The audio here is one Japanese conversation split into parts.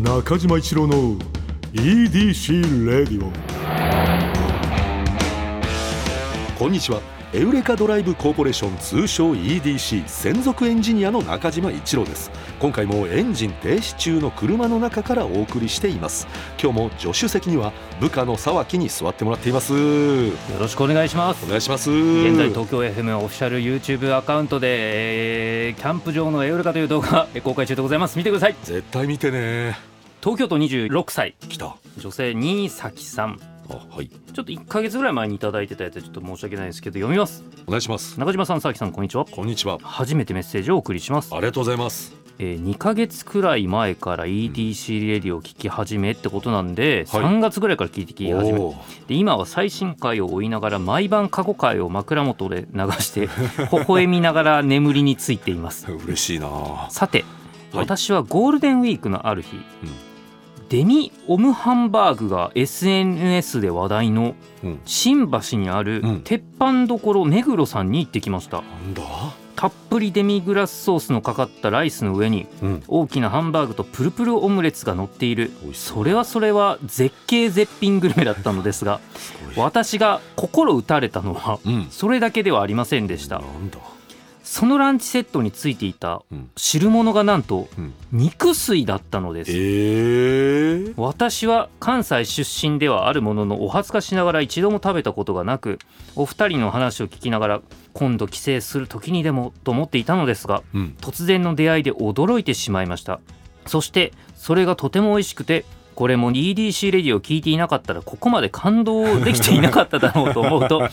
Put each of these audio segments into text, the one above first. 中島一郎の EDC レディオこんにちはエウレカドライブコーポレーション通称 EDC 専属エンジニアの中島一郎です今回もエンジン停止中の車の中からお送りしています今日も助手席には部下の沢木に座ってもらっていますおよろしくお願いします。願いします現在東京 FM オフィシャル YouTube アカウントで、えーキャンプ場のエウレカという動画 えー公開中でございます見てください絶対見てね東京都26歳来たあ女性新崎さんはいちょっと1ヶ月ぐらい前にいただいてたやつでちょっと申し訳ないですけど読みますお願いします中島さん佐々木さんこんにちはこんにちは初めてメッセージをお送りしますあ、りがとうございますえー、2ヶ月くらい前から EDC レディを聞き始めってことなんで、はい3月ぐらいから聞いてき始めおーで今は最新回を追いながら毎晩過去回を枕元で流して 微笑みながら眠りについています嬉しいなはさて、い私はゴールデンウィークのある日、デミオムハンバーグが SNS で話題のうん新橋にあるうん鉄板どころ目黒さんに行ってきましたなんだたっぷりデミグラスソースのかかったライスの上にうん大きなハンバーグとプルプルオムレツが乗っている美味しそうそれはそれは絶景絶品グルメだったのですがすごい私が心打たれたのはうんそれだけではありませんでしたなんだそのランチセットについていたうん汁物がなんとうん肉水だったのでえすー私は関西出身ではあるもののお恥ずかしながら一度も食べたことがなくお二人の話を聞きながら今度帰省する時にでもと思っていたのですがうん突然の出会いで驚いてしまいましたそしてそれがとても美味しくてこれも EDC レディを聞いていなかったらここまで感動できていなかっただろうと思うと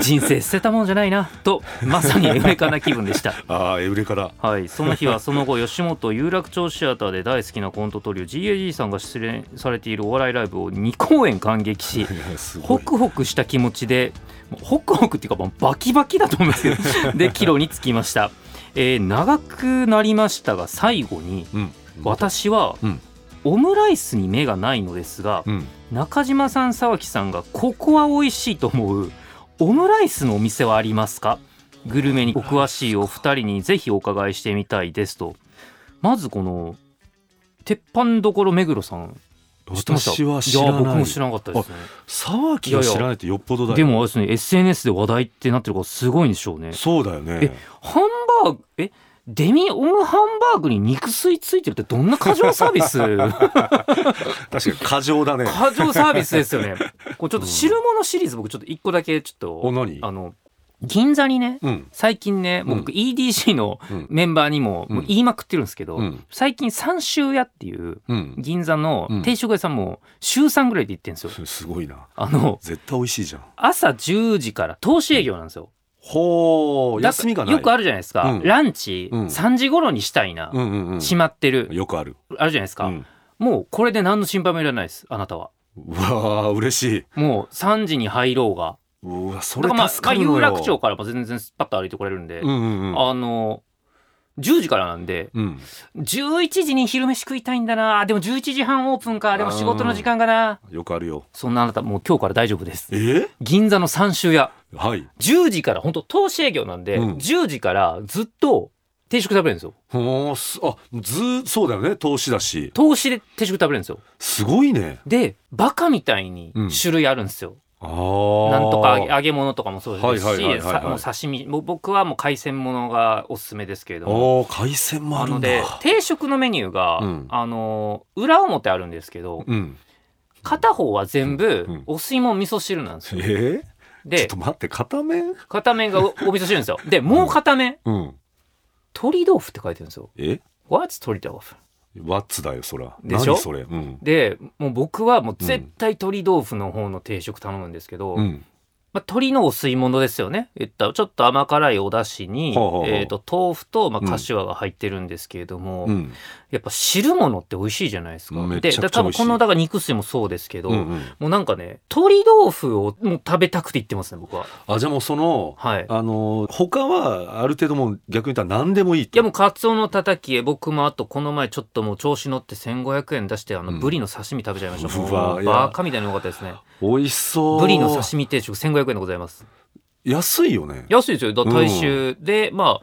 人生捨てたもんじゃないなとまさにエウレカな気分でしたああエウレからはい、その日はその後吉本有楽町シアターで大好きなコントトリオ GAG さんが出演されているお笑いライブを2公演感激しいや すごホいクホクした気持ちでホクホクっていうかもうバキバキだと思いますけどで帰路に着きました、えー長くなりましたが最後にうん私はうんオムライスに目がないのですがうん中島さん沢木さんがここは美味しいと思うオムライスのお店はありますかグルメにお詳しいお二人にぜひお伺いしてみたいですとまずこの鉄板どころ目黒さん知ってました私は知らないや僕も知らなかったですね沢木が知らないってよっぽどだよでもあれですね SNS で話題ってなってるからすごいんでしょうねそうだよねえハンバーグえデミオムハンバーグに肉水ついてるってどんな過剰サー ビス確かに過剰だね過剰サービスですよねこうちょっと汁物シリーズ僕ちょっと一個だけちょっとお何あの銀座にねうん最近ねもう僕 EDC のうんメンバーにもうんもう言いまくってるんですけど、うん最近三州屋っていううん銀座のうん定食屋さんも週3ぐらいで行ってるんですよ。すごいなあの絶対美味しいじゃん朝10時から投資営業なんですよ。ほうだから休みがないよくああるじゃないですか、うんランチうん3時頃にしたいな、うんうんうん閉まってる、よくあるあるじゃないですか、うんもうこれで何の心配もいらないですあなたはうわあ嬉しいもう3時に入ろうがうわそだれからまあ助かるのよまあ、有楽町からも全然スパッと歩いてこれるんで、うんうんうんあの10時からなんでうん11時に昼飯食いたいんだなでも11時半オープンかでも仕事の時間かなよくあるよそんなあなたもう今日から大丈夫ですえ銀座の三州屋はい10時から本当投資営業なんで、うん10時からずっと定食食べれるんですよほーすあずーそうだよね投資だし投資で定食食べれるんですよすごいねでバカみたいにうん種類あるんですよ、あなんとか揚げあ揚げ物とかもそうですはいはいはいしはいさもう刺身もう僕はもう海鮮物がおすすめですけれどもお海鮮もあなるのんだで定食のメニューが、うんあの裏表あるんですけどうん片方は全部うんお吸い物味噌汁なんですえよ、ーちょっでと待って片面片面 がおお味噌汁ですよでもう片面うん鶏豆腐って書いてるんですよえ What's 鶏豆腐ワッツだよそらでしょ何それうんでもう僕はもう絶対鶏豆腐の方の定食頼むんですけど、うんまあ、鶏のお吸い物ですよね言ったらちょっと甘辛いお出汁に、ほうほうほうえー、と豆腐と、まうんあ、柏が入ってるんですけれども、うんやっぱ汁物って美味しいじゃないですか。めちゃでくちゃだ多美分味しいこのだから肉水もそうですけど、うんうんもうなんかね鶏豆腐をもう食べたくて言ってますね僕は。あじゃあもうそのはいあのー他はある程度もう逆に言ったら何でもいいいやもうカツオのたたき僕もあとこの前ちょっともう調子乗って1500円出してあのうんブリの刺身食べちゃいました、うわもういやバカみたいに多かったですね美味しそうブリの刺身定食1500円でございます安いよね安いですよだから大衆でまあ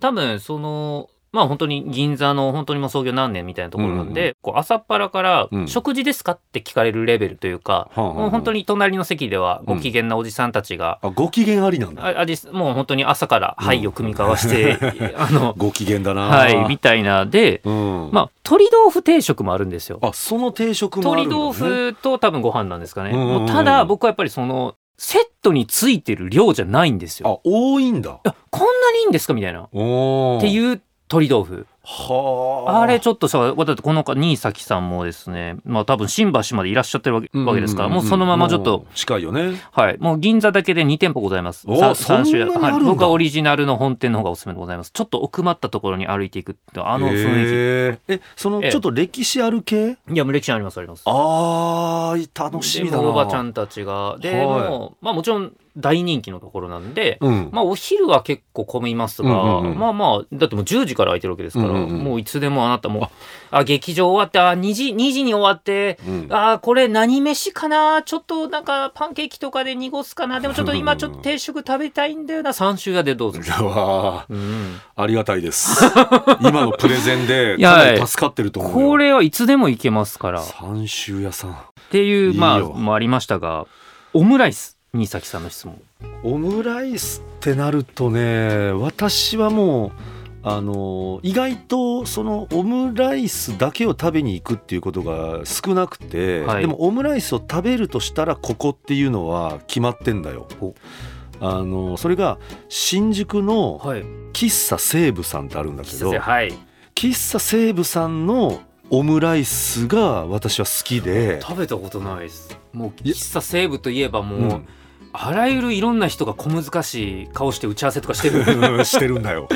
多分そのまあ本当に銀座の本当にもう創業何年みたいなところなんで、こう朝っぱらからうん食事ですかって聞かれるレベルというはか、あはあはあもう本当に隣の席ではご機嫌なおじさんたちが、あご機嫌ありなんだああじもう本当に朝から灰を組み交わして、 あの、ご機嫌だなはい、みたいなで、うんまあ鶏豆腐定食もあるんですよ。あその定食もある鶏んだ、ね、豆腐と多分ご飯なんですかね。うんうんうんもうただ僕はやっぱりその、セットについてる量じゃないんですよ。あ多いんだいやこんなにいいんですかみたいな。おってういう鶏豆腐。はああれちょっとさ、だってこのか新崎さんもですね、まあ多分新橋までいらっしゃってるわけ,、わけですから、もうそのままちょっと、もう近いよねはい、もう銀座だけで2店舗ございます。おさそんなに三あるんだはい。僕はオリジナルの本店の方がおすすめでございます。ちょっと奥まったところに歩いていくって、あの雰囲へええそのええちょっと歴史ある系気。いや、もう歴史あります、あります。あー楽しみだなでもうおばちゃんたちが、で、はいもう、まあもちろん大人気のところなんで、うん、まあお昼は結構混みますが、うんうんうんまあまあ、だってもう10時から空いてるわけですから、うんうんうんもういつでもあなたも、あ、劇場終わって、あ、2時、2時に終わって、うん あーこれ何飯かなちょっとなんかパンケーキとかで濁すかなでもちょっと今ちょっと定食食べたいんだよな三州屋でどうぞい、やーうん、ありがたいです今のプレゼンでいやかなり助かってると思うよこれ はいつでも行けますからっ三州屋さんていういいよまあもありましたがオムライス新崎さんの質問オムライスってなるとね私はもうあの意外とそのオムライスだけを食べに行くっていうことが少なくて、はいでもオムライスを食べるとしたらここっていうのは決まってんだよお。あのそれが新宿のはい喫茶西武さんってあるんだけ喫茶ど店はい喫茶西武さんのオムライスが私は好きで。食べたことないですもういや喫茶西部といえばもう、うんあらゆるいろんな人が小難しい顔して打ち合わせとかして るしてるんだよ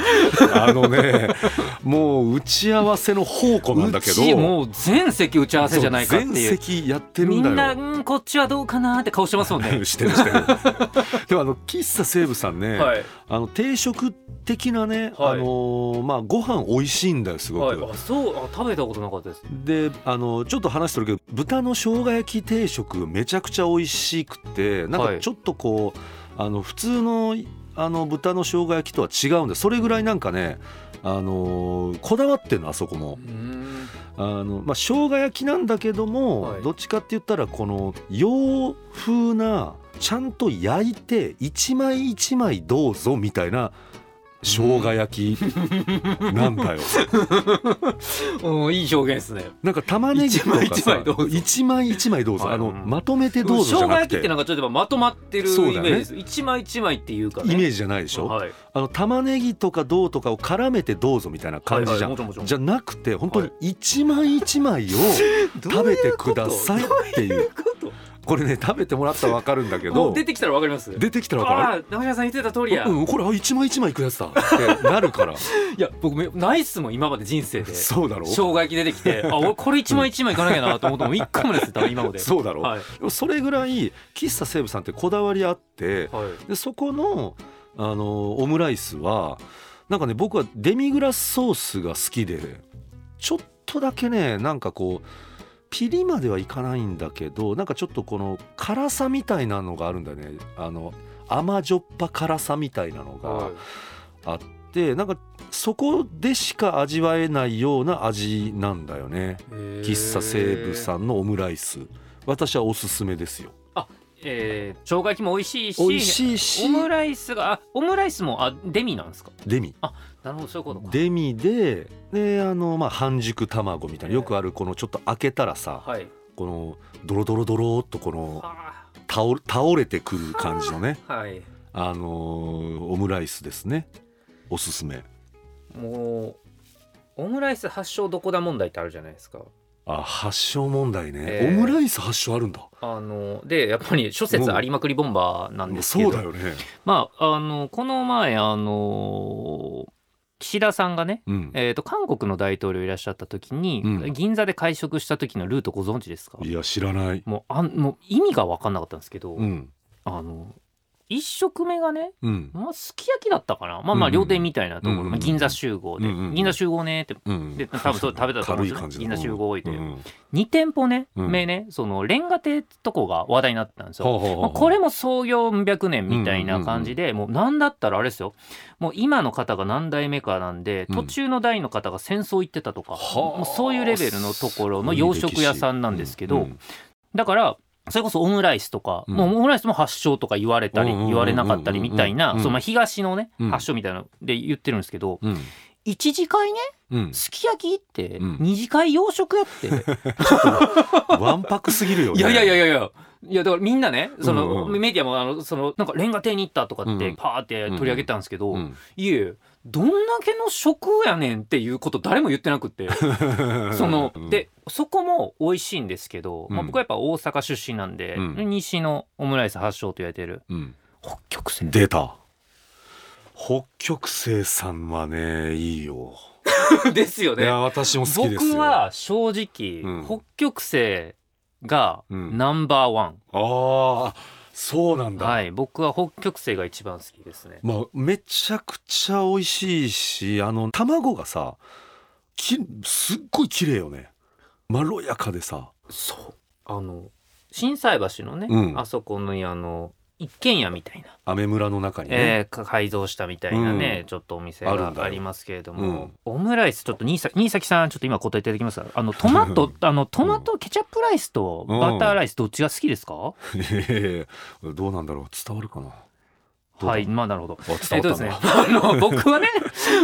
あのねもう打ち合わせの宝庫なんだけどうちもう全席打ち合わせじゃないかってそうい全う席やってるみんだよんな、うん、こっちはどうかなって顔してますもんねしてるしてるでもあの喫茶西武さんね、はいあの定食的なね、はいあのーまあご飯美味しいんだよすごく、はい、あそうあ食べたことなかったですであのちょっと話しとるけど豚の生姜焼き定食めちゃくちゃ美味しくてなんはかいちょっとこう、あの普通のあの豚の生姜焼きとは違うんでそれぐらいなんかねあのこだわってるのあそこもうんあの、まあ、生姜焼きなんだけども、はいどっちかって言ったらこの洋風なちゃんと焼いて一枚一枚どうぞみたいな生姜焼きなんだよ。うんいい表現ですねなんか玉ねぎとか一さ枚一枚どうぞ一枚一枚どうぞはいあのうんまとめてど生うぞじゃ姜なく焼きてってなんかちょっとやっぱまとまってるイメそうだーねジです、一枚一枚っていうか、ね、イメージジじゃないでしょはい、あの玉ねぎとかどうとかを絡めてどうぞみたいな感じじゃはいはいんもちろんもちろんじゃなくて本当に一枚一枚を食べてくださいっていうことこれね食べてもらったら分かるんだけもどう出てきたらわかります出てきたら分かああ中島さん言ってた通りや、るうんこれあ一枚一枚いくやつだってなるから いや僕めないっすもん今まで人生で生そうだろ姜焼き出て きてあ俺これ一枚一枚いかなきゃなと思っても一個もです多分今までそうだろはいでもそれぐらい喫茶西武さんってこだわりあってはいでそこのあのオムライスはなんかね僕はデミグラスソースが好きでちょっとだけねなんかこうピリまではいかないんだけどなんかちょっとこの辛さみたいなのがあるんだよねあの甘じょっぱ辛さみたいなのがはあって、なんかそこでしか味わえないような味なんだよねいへー喫茶西武さんのオムライス私はおすすめですよえー、生姜焼きも美味しいし美味しいしオムライスがあオムライスもあデミなんですかデミなるほどそういうことかデミでであの、まあ、半熟卵みたいなよくあるこのちょっと開けたらさ、はいこのドロドロドロっとこのは倒倒れてくる感じのね、 あはいあのーオムライスですねおすすめもうオムライス発祥どこだ問題ってあるじゃないですかあ発祥問題ね、えーオムライス発祥あるんだあのでやっぱり諸説ありまくりボンバーなんですけそうどだよね、まああのこの前あの岸田さんがねうん、えー、と韓国の大統領いらっしゃった時に、うん銀座で会食した時のルートご存知ですかいや知らない、もうあんもう意味が分かんなかったんですけど、うん、あの1食目がね、うんまあ、すき焼きだったかなまうあまあんうん料亭みたいなところ、うんうんまあ銀座集合で、うんうん銀座集合ねってうんで多分そう食べたと思う軽いんですよね感じ銀座集合置いてうんうん2店舗ね、うん目ねそのレンガ亭ってとこが話題になってたんですよほうほうほうまあ、これも創業100年みたいな感じで、もう何だったらあれですよもう今の方が何代目かなんでうん途中の代の方が戦争行ってたとか、はあもうそういうレベルのところの洋食屋さんなんですけど、うんうんだからそれこそオムライスとか、うんもうオムライスも発祥とか言われたりうんうんうんうん言われなかったりみたいな、うんそのまあ東のね、うん発祥みたいなので言ってるんですけどうん一次会ねうんすき焼きってうん二次会洋食やって、わんぱくすぎるよねいやいやいやいやいや。いやだからみんなねその、うんうんメディアもあのそのなんかレンガ亭に行ったとかっうてんパーって取り上げたんですけど、うんいえどんだけの食やねんっていうこと誰も言ってなくって そのうんでそこも美味しいんですけど、まうあ、ん僕はやっぱ大阪出身なんで、うん西のオムライス発祥と言われてるうん北極星出た北極星さんはねいいよ ですよいねや私も好きですよ僕は正直、うん北極星がうんナンバーワン、ああそうなんだ、はい僕は北極星が一番好きですねまあ、めちゃくちゃ美味しいしあの卵がさきすっごい綺麗よねまろやかでさそうあの心斎橋のね、うんあそこのあの一軒家みたいな、アメ村の中にね、えーか改造したみたいなね、うんちょっとお店あるんがだよありますけれども、オムライスちょっと新崎新崎さんちょっと今答えていただきますかあのトマトあのトマトケチャップライスとうんバターライスどっちが好きですか、 どうなんだろう伝わるかなどうだはいまあなるほどあ伝えっとわでったすな、ねあの僕はね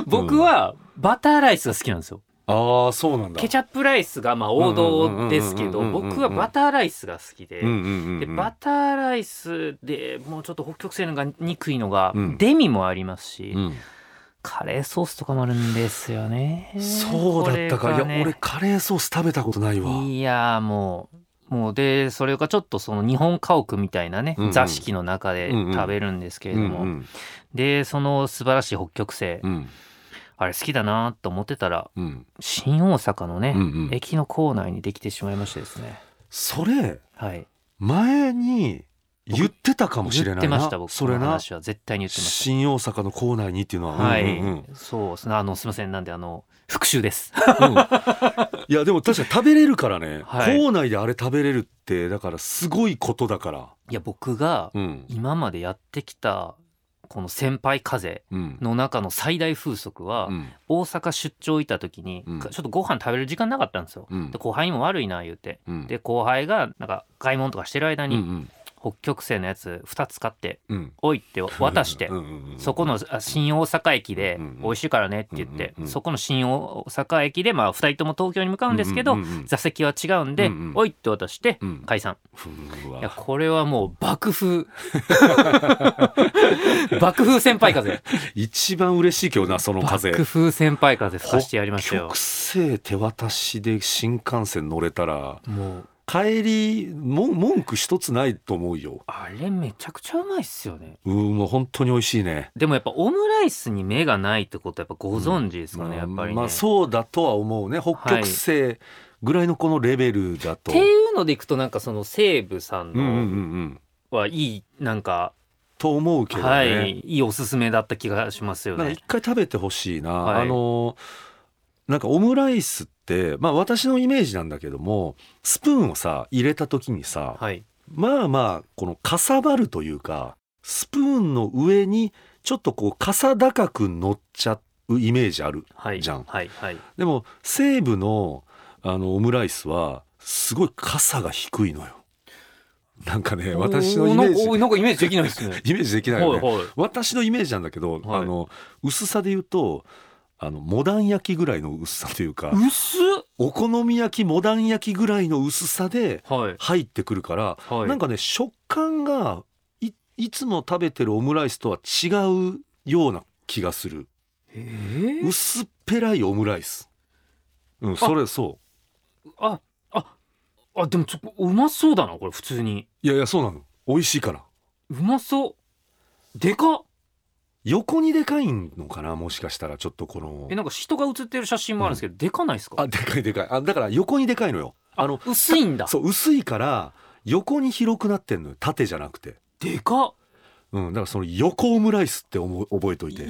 僕はバターライスが好きなんですよああそうなんだケチャップライスがまあ王道ですけどうんうんうんうんうんうん僕はバターライスが好きで、うんうんうんうんでバターライスでもうちょっと北極星のが憎いのが、うんデミもありますし、うんカレーソースとかもあるんですよねそうだったか、これがいねや俺カレーソース食べたことないわいやーもうもうでそれがちょっとその日本家屋みたいなね、うんうん座敷の中で食べるんですけれうどんも、うんでその素晴らしい北極星、うんあれ好きだなと思ってたらうん新大阪のね、うんうん駅の構内にできてしまいましてですねそれはい前に言ってたかもしれ言っないてなました僕そそのれな話は絶対に言ってました新大阪の構内にっていうのは、はい、うんうんうんそうすあのすみませんなんであの復習です。いやでも確かに食べれるからね、はい校内であれ食べれるってだからすごいことだから いや僕がうん今までやってきたこの先輩風うんの中の最大風速はうん大阪出張いた時にうんちょっとご飯食べる時間なかったんですよ。うんで後輩にも悪いな言うて。うんで後輩がなんか買い物とかしてる間うんうにん北極星のやつ2つ買ってうん「おい」って渡してうんうんうんそこのあ新大阪駅でうんうん美味しいからねって言ってうんうんそこの新大阪駅でまあ2人とも東京に向かうんですけどうんうんうん座席は違うんでうんうん「おい」って渡してうん解散うわいやこれはもう爆風 爆風先輩風一番嬉しいけどなその風爆風先輩風させてやりましたよ北極星手渡しで新幹線乗れたらもう帰りも文句一つないと思うよあれめちゃくちゃうまいっすよねうんもう本当に美味しいねでもやっぱオムライスに目がないってことはやっぱご存知ですかね、やっぱりね、まあそうだとは思うね北極星ぐらいのこのレベルだと、っていうのでいくとなんかその西武さんうんうんうんのうんはいいなんか、と思うけどね、はいいいおすすめだった気がしますよなんかね一回食べてほしいな、はいあのなんかオムライスってまあ私のイメージなんだけどもスプーンをさ入れた時にさ、はいまあまあこのかさばるというかスプーンの上にちょっとこうかさ高く乗っちゃうイメージあるはいじゃんはいはいでも西部のあのオムライスはすごい傘が低いのよなんかね私のイメーおーなんかおージなんかイメージできないですねイメー ジできないはよいねはい私のイメージなんだけど、はいあの薄さで言うとあのモダン焼きぐらいの薄さというか薄っお好み焼きモダン焼きぐらいの薄さではい入ってくるから、はいなんかね食感がいいつも食べてるオムライスとは違うような気がするえー薄っぺらいオムライスうんそれそあ、あ、あ、でもちょっとうまそうだな、これ普通に。ういやいやそうなの美味しいからうまそう。でかっ。横にでかいのかなもしかしたらちょっとこのえ、なんか人が写ってる写真もあるんですけど、でかないですかあ。でかいでかいあだから横にでかいのよあの薄いんだ。そう薄いから横に広くなってんのよ縦じゃなくてでかっ。うん、だからその横オムライスって思う覚えといて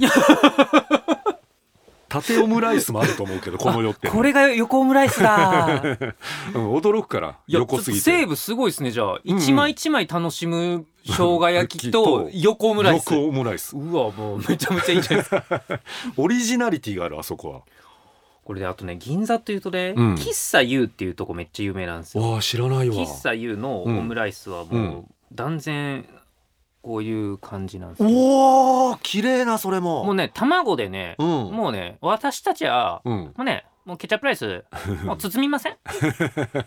縦オムライスもあると思うけどこの世 って、これが横オムライスだ うん、驚くからいや横すぎちょっとて西武すごいですねじゃあん一枚一枚楽しむ生姜焼ききっとと横オムライス横オムライスうわもうめちゃめちゃいいじゃないですかオリジナリティがあるあそここれであとね銀座というとね、うん喫茶 U っていうとこめっちゃ有名なんですよはわあ知らないわ喫茶 U のオムライスはうもうん断然こういう感じなんですよおお綺麗なそれももうね卵でね、うんもうね私たちは、うんもうねもうケチャップライ スもう包みません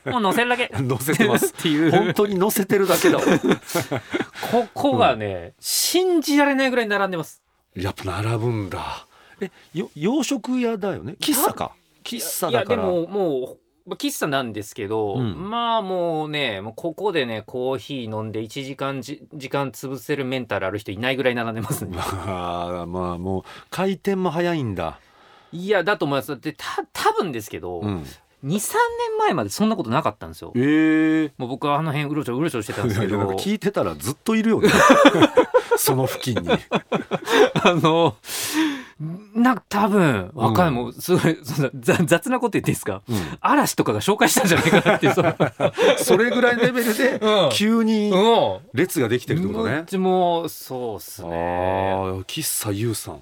もう乗せるだけ乗せてますってい う本当に乗せてるだけだわここがね、信じられないぐらい並んでますやっぱ並ぶんだえよ洋食屋だよね喫茶か喫茶いやだかでらももうまあ喫茶なんですけど、うんまあもうねもうここでねコーヒー飲んで1時間じ時間潰せるメンタルある人いないぐらい並んでます ねまあまあもう回転も早いんだ、いやだと思いますでた多分ですけど、うん、 23年前までそんなことなかったんですよえー、もう僕はあの辺うろちょろうろちょろしてたんですけいや なんかど聞いてたらずっといる よねその付近にあのなんか多分わかんない、うんもうすごいそんなざ雑なこと言っていいですかうん嵐とかが紹介したんじゃないかなっていうそのそれぐらいレベルでうん急にも列ができてるってことうねっ、ちもそうっすああねー喫茶ゆうさんうわ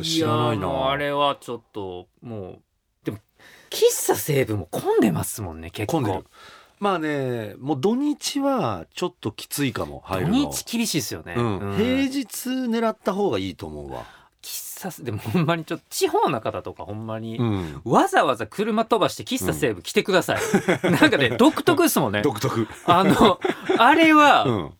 ーい知やらないもうなあれはちょっともうでも喫茶西武も混んでますもんね結混構んでるまあねもう土日はちょっときついかも土入るの日厳しいですよね、うんうん平日狙った方がいいと思うわ、喫茶でもほんまにちょっと地方の方とかほんまに、うん、わざわざ車飛ばして喫茶西武来てください、な んかね独特ですもんね独特、あのあれうはん、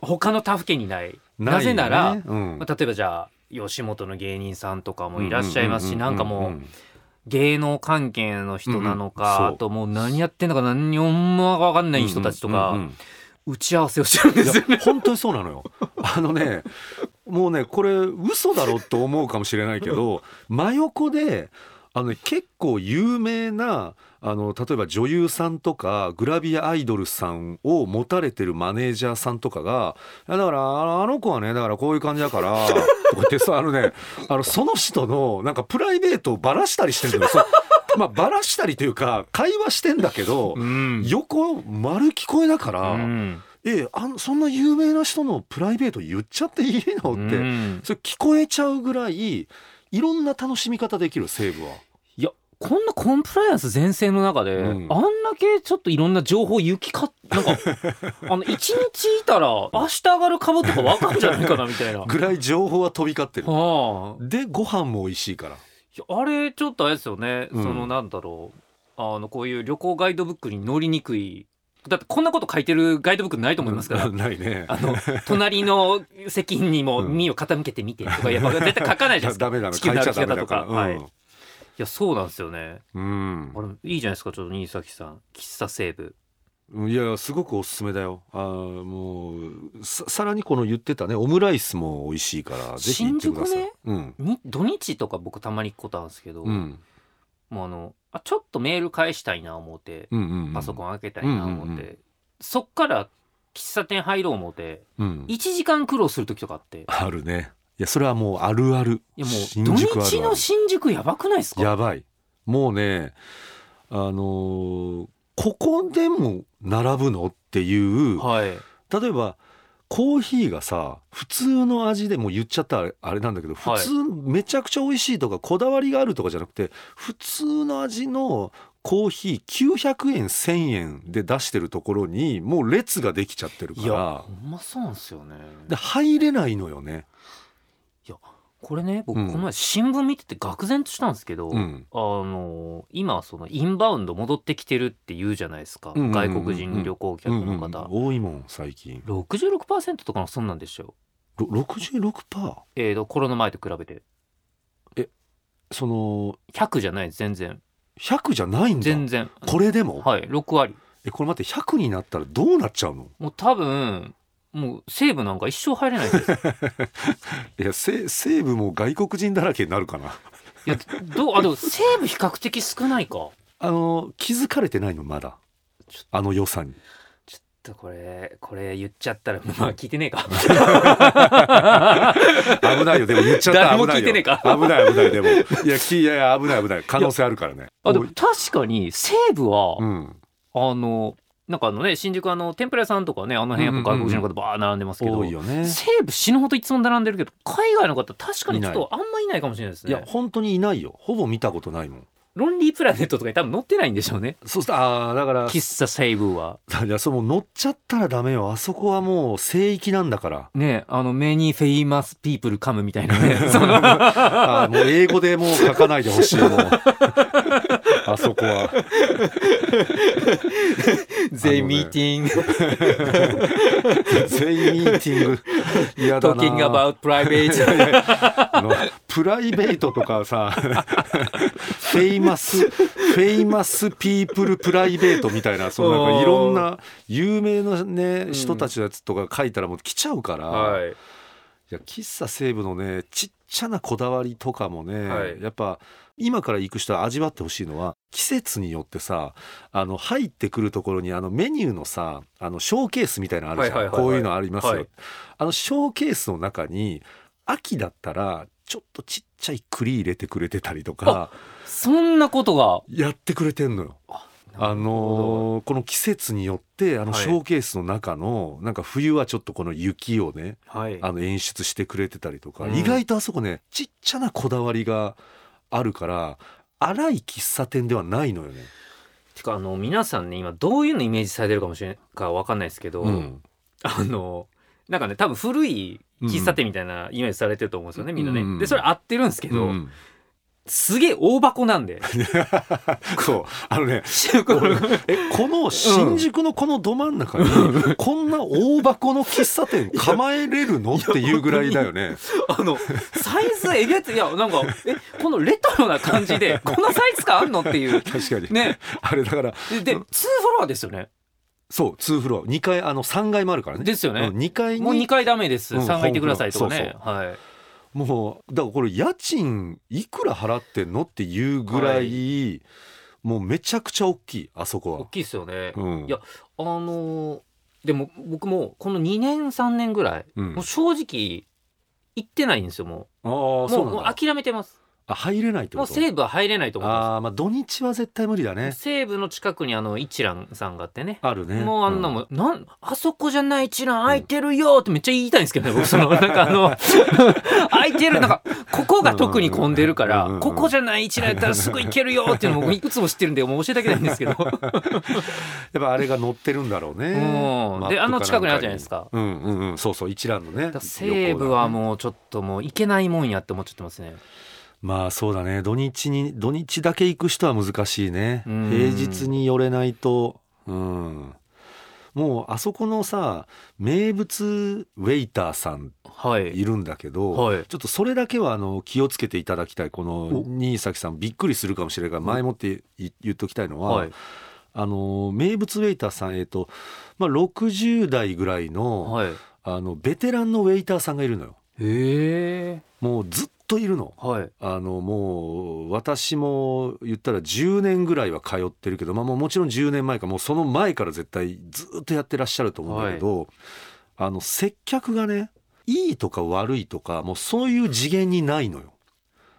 他の他府県にない、いよなねぜなら、うんまあ例えばじゃあ吉本の芸人さんとかもいらっしゃいますし、なんかもう、ん芸能関係の人なのうんか、うんそうあともう何やってんのか何にも分かんない人たちとか、うんうんうん打ち合わせをしてるんでいすよ ね。や本当にそうなのよ。あのねもうねこれ嘘だろと思うかもしれないけど真横であの、ね、結構有名なあの例えば女優さんとかグラビアアイドルさんを持たれてるマネージャーさんとかがいやだからあのあの子はねだからこういう感じだからとか言ってさあのねあのその人のなんかプライベートをばらしたりしてるのよ。そうまあ、ばらしたりというか会話してんだけど、うん横丸聞こえだから。うんええあんそんな有名な人のプライベート言っちゃっていいのって、うんそれ聞こえちゃうぐらいいろんな楽しみ方できる西武は。いやこんなコンプライアンス全盛の中で、うんあんだけちょっといろんな情報行きかなんか あの一日いたら明日上がる株とか分かんじゃないかなみたいな。はぐらい情報は飛び交ってる。あ でご飯も美味しいから。いやあれちょっとあれですよね、うんそのなんだろうあのこういう旅行ガイドブックに乗りにくいだってこんなこと書いてるガイドブックないと思いますから、うん ないね。あの隣の席にもうん耳を傾けてみてとかいやまあ絶対書かない じゃないですかダメダメ地球変のえち歩ゃきダ方メだとかから。はいいやそうなんですよねうんあれいいじゃないですかちょっと新崎さん喫茶セーブうん。いやすごくおすすめだよ。あーもうささらにこの言ってたねオムライスも美味しいからぜひ行ってください。新宿ねうんに土日とか僕たまに行くことあるんですけど、うんもうあのあちょっとメール返したいな思ってうんうんうん。パソコン開けたいな思って、うんうんうんそっから喫茶店入ろう思ってうん。 1時間苦労する時とかあってあるね。いやそれはもうあるある。いやも新う宿あ土るある日の新宿やばくないですかやばいもうねあのーここでも並ぶのっていうはい例えばコーヒーがさ普通の味でもう言っちゃったらあれなんだけどはい普通、めちゃくちゃ美味しいとかこだわりがあるとかじゃなくて普通の味のコーヒー900円1,000円で出してるところにもう列ができちゃってるかいやらほんまそうなんですよねで入れないのよね。これね僕うんこの前新聞見てて愕然としたんですけど、うんあの今そのインバウンド戻ってきてるって言うじゃないですか、うんうんうんうん外国人旅行客の方、うんうん多いもん最近66%とかのそんなんでしょろ66%えーとコロナ前と比べてその100じゃない全然100じゃないんだ全然これでも、はい6割えこれ待って100になったらどうなっちゃうのもう多分もう西武なんか一生入れない ですいやせ西部も外国人だらけになるかないやどうあでも西武比較的少ないかあの気づかれてないのまだあの良さにとこれこれ言っちゃったらまあ聞いてねえ か危ないよでも言っちゃったら誰危もないよ聞いてねえか危ない危ない でもいやきいやいや危ない危ない可能性あるからねあでも確かに西武は、うんあのなんかあのね新宿あの天ぷら屋さんとかねあの辺やっぱ外国人の方バー並んでますけど、多いよね西武死ぬほどいつも並んでるけど海外の方確かにちょっとあんまいないかもしれないですいやね本当にいないよほぼ見たことないもんロンリープラネットとかに多分載ってないんでしょうねそしたらあーだから喫茶西武はいやその乗っちゃったらダメよあそこはもう聖域なんだからねあのメニーフェイマスピープルカムみたいな ねそのあーもう英語でもう書かないでほしいもう あそこはあのね全員ミーティング全員ミーティング嫌 だな talking about private あのプライベートとかさ フェイマスフェイマスピープルプライベートみたいなそのなんかいろんな有名な、ね、人たちのやつとか書いたらもう来ちゃうから、はいいや喫茶西武のねちっちゃなこだわりとかもね、はいやっぱ今から行く人は味わってほしいのは季節によってさあの入ってくるところにあのメニューのさあのショーケースみたいなのあるじゃん、はいはいはいはいこういうのありますよ、はいあのショーケースの中に秋だったらちょっとちっちゃい栗入れてくれてたりとかそんなことがやってくれてんのよ。あのーこの季節によってあのはいショーケースの中の、なんか冬はちょっとこの雪をねはいあの演出してくれてたりとか、うん意外とあそこねちっちゃなこだわりがあるから荒い喫茶店ではないのよね。てかあの皆さんね今どういうのイメージされてるかもしれんかわかんないですけど、うんあのなんかね多分古い喫茶店みたいなイメージされてると思うんですよね、みんなね、うんでそれ合ってるんですけうど、んすげえ大箱な んで そうあのねこのえこの新宿のこのど真ん中に、こんな大箱の喫茶店構えれるのっていうぐらいだよね。あのサイズえげついやなんかえこのレトロな感じでこんなサイズ感あんのっていう確かに、 ねあれだからでで2フロアですよねそう2フロア2階あの3階もあるからね。ですよね2階にもう2階ダメです、うん3階行ってくださいとかねそうはいもうだからこれ家賃いくら払ってんのっていうぐらい、はもうめちゃくちゃ大きいあそこは大。きいですよね、うんいやあのーでも僕もこの2年3年ぐらい、うんもう正直行ってないんですよもああうそもううもなうんだ諦めてますあ入れないってもことう西武は入れないと思ってますああまあ土日は絶対無理だね西武の近くにあの一蘭さんがあってねあるねもうあんなもん、なんあそこじゃない一覧空いてるよってめっちゃ言いたいんですけ どね、僕そのなんかあの 空いてるなんかここが特に混んでるかうんうんうんらうんここじゃない一覧やったらすぐ行けるよっていう のも僕いくつも知ってるんでもう教えてあげたいんですけどうやっぱあれが乗ってるんだろうねんマップかなんかにであの近くにあるじゃないですかうんうんうんそうそう一覧のねだから西武はもうちょっともう行けないもんやって思っちゃってますねまあそうだね土日に土日だけ行く人は難しいねうん平日に寄れないとうんもうあそこのさ名物ウェイターさんはいいるんだけど、はいちょっとそれだけはあの気をつけていただきたいこの新崎さんびっくりするかもしれないから前もってい言っときたいのは、はいあの名物ウェイターさんえっと、まあ、60代ぐらいの,、はいあのベテランのウェイターさんがいるのよへえもうずっといるの。はいあのもう私も言ったら10年ぐらいは通ってるけど、まあ、もうもちろん10年前かもうその前から絶対ずっとやってらっしゃると思うんだけど、あの接客がねいいとか悪いとかもうそういう次元にないのよ。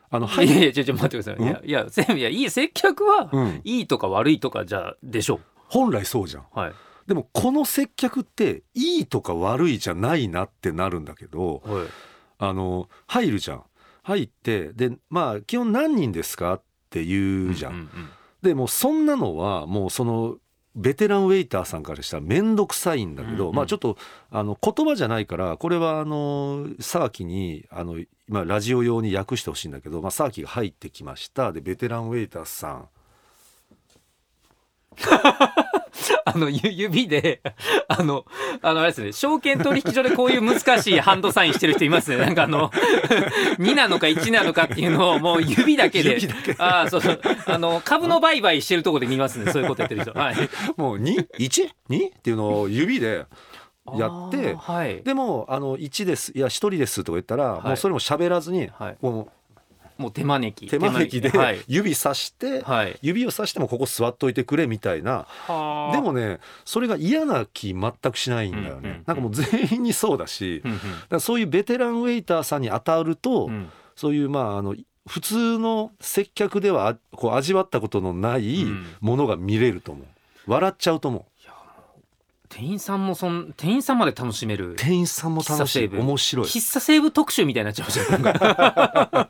あのは入いっやいやちょちょ待ってください、いやいや全部いやいい接客は、うんいいとか悪いとかじゃでしょ本来そうじゃん。うはいでもこの接客っていいとか悪いじゃないなってなるんだけどはいあの入るじゃん。入ってでまあ基本何人ですかって言うじゃん。うんうんでもうそんなのはもうそのベテランウェイターさんからしたら面倒くさいんだけど、うんうんまあちょっとあの言葉じゃないからこれはあの沢木にあの今ラジオ用に訳してほしいんだけど、まあ、沢木が入ってきましたでベテランウェイターさんあのゆ 指であのあのあれですね証券取引所でこういう難しいハンドサインしてる人いますねなんかあの 2なのか1なのかっていうのをもう指だけで指だけああそうそうあの株の売買してるとこで見ますねそういうことやってる人はいもう 2?1?2? っていうのを指でやってあーはいでもあの1ですいや1人ですとか言ったら、いもうそれも喋らずに、はいもうもう手招き手招きではい、指さして、はい、指をさしてもここ座っといてくれみたいなでもねそれが嫌な気全くしないんだよね、うんうんうんなんかもう全員にそうだし、うんうん、だからそういうベテランウェイターさんに当たると、うんそういうまああの普通の接客ではあこう味わったことのないうんものが見れると思う笑っちゃうと思う店員さんもそん店員さんまで楽しめる店員さんも楽しい喫茶セーブ面白い喫茶セーブ特集みたいになっちゃいました今回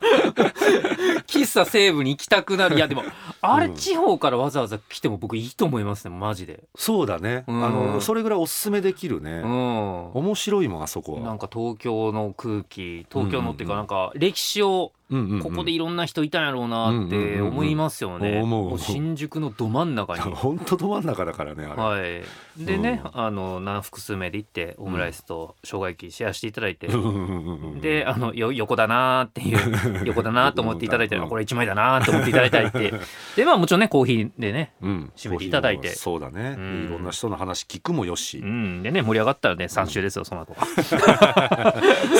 喫茶セーブに行きたくなるいやでもあれうん地方からわざわざ来ても僕いいと思いますねマジでそうだねあうんのそれぐらいおすすめできるねうん面白いもんあそこなはんか東京の空気東京のっていうかうんなうんか歴史をこここでいろんな人いたんやろうなっうんうんうんてうん思いますよね、思う思う新宿のど真ん中に本当ど真ん中だからねあれ、はいでね、うあのな複数名で行ってオムライスと生姜焼きシェアしていただいて、うんうんうんうんであのよ横だなーっていう 横だなーと思っていただいたりうんこれ一枚だなーと思っていただいたり ってでまあもちろんねコーヒーでねうん締めていただいてそうだね、うんいろんな人の話聞くもよし、うんでね盛り上がったらね3週ですよその後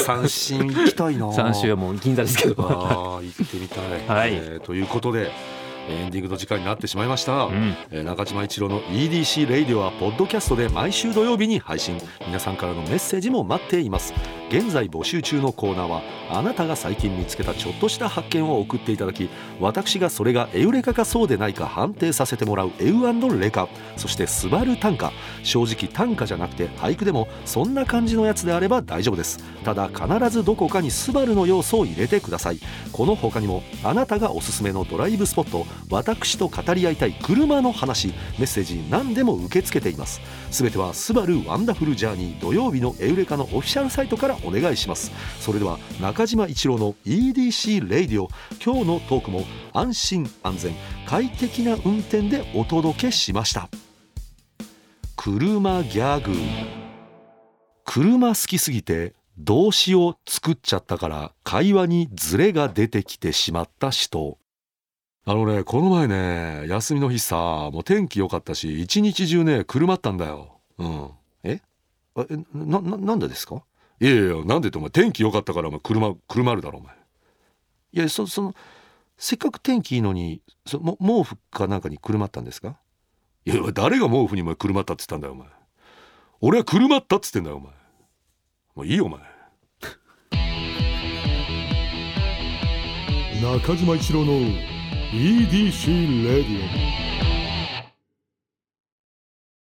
三振行きたいな3週はもう銀座ですけど、あー行ってみたい、はいえーということでエンディングの時間になってしまいました、うん、えー中島一郎の EDC レイディオはポッドキャストで毎週土曜日に配信皆さんからのメッセージも待っています現在募集中のコーナーはあなたが最近見つけたちょっとした発見を送っていただき私がそれがエウレカかそうでないか判定させてもらうエウレカそしてスバル短歌正直短歌じゃなくて俳句でもそんな感じのやつであれば大丈夫ですただ必ずどこかにスバルの要素を入れてくださいこの他にもあなたがおすすめのドライブスポット私と語り合いたい車の話メッセージ何でも受け付けていますすべては「スバルワンダフルジャーニー土曜日のエウレカのオフィシャルサイトからお願いしますそれでは中島一郎の EDC レイディオ今日のトークも安心安全快適な運転でお届けしました車ギャグ車好きすぎて動詞を作っちゃったから会話にズレが出てきてしまった人あのねこの前ね休みの日さもう天気良かったし一日中ね車ったんだようんえあえなななんでですかいやいやなんでってお前天気良かったからお前車車あるだろお前いやそそのせっかく天気いいのにそも毛布かなんかに車ったんですかいや誰が毛布にお前車ったっつったんだよお前俺は車ったっつってんだよお前もういいよお前中島一郎の EDC レディ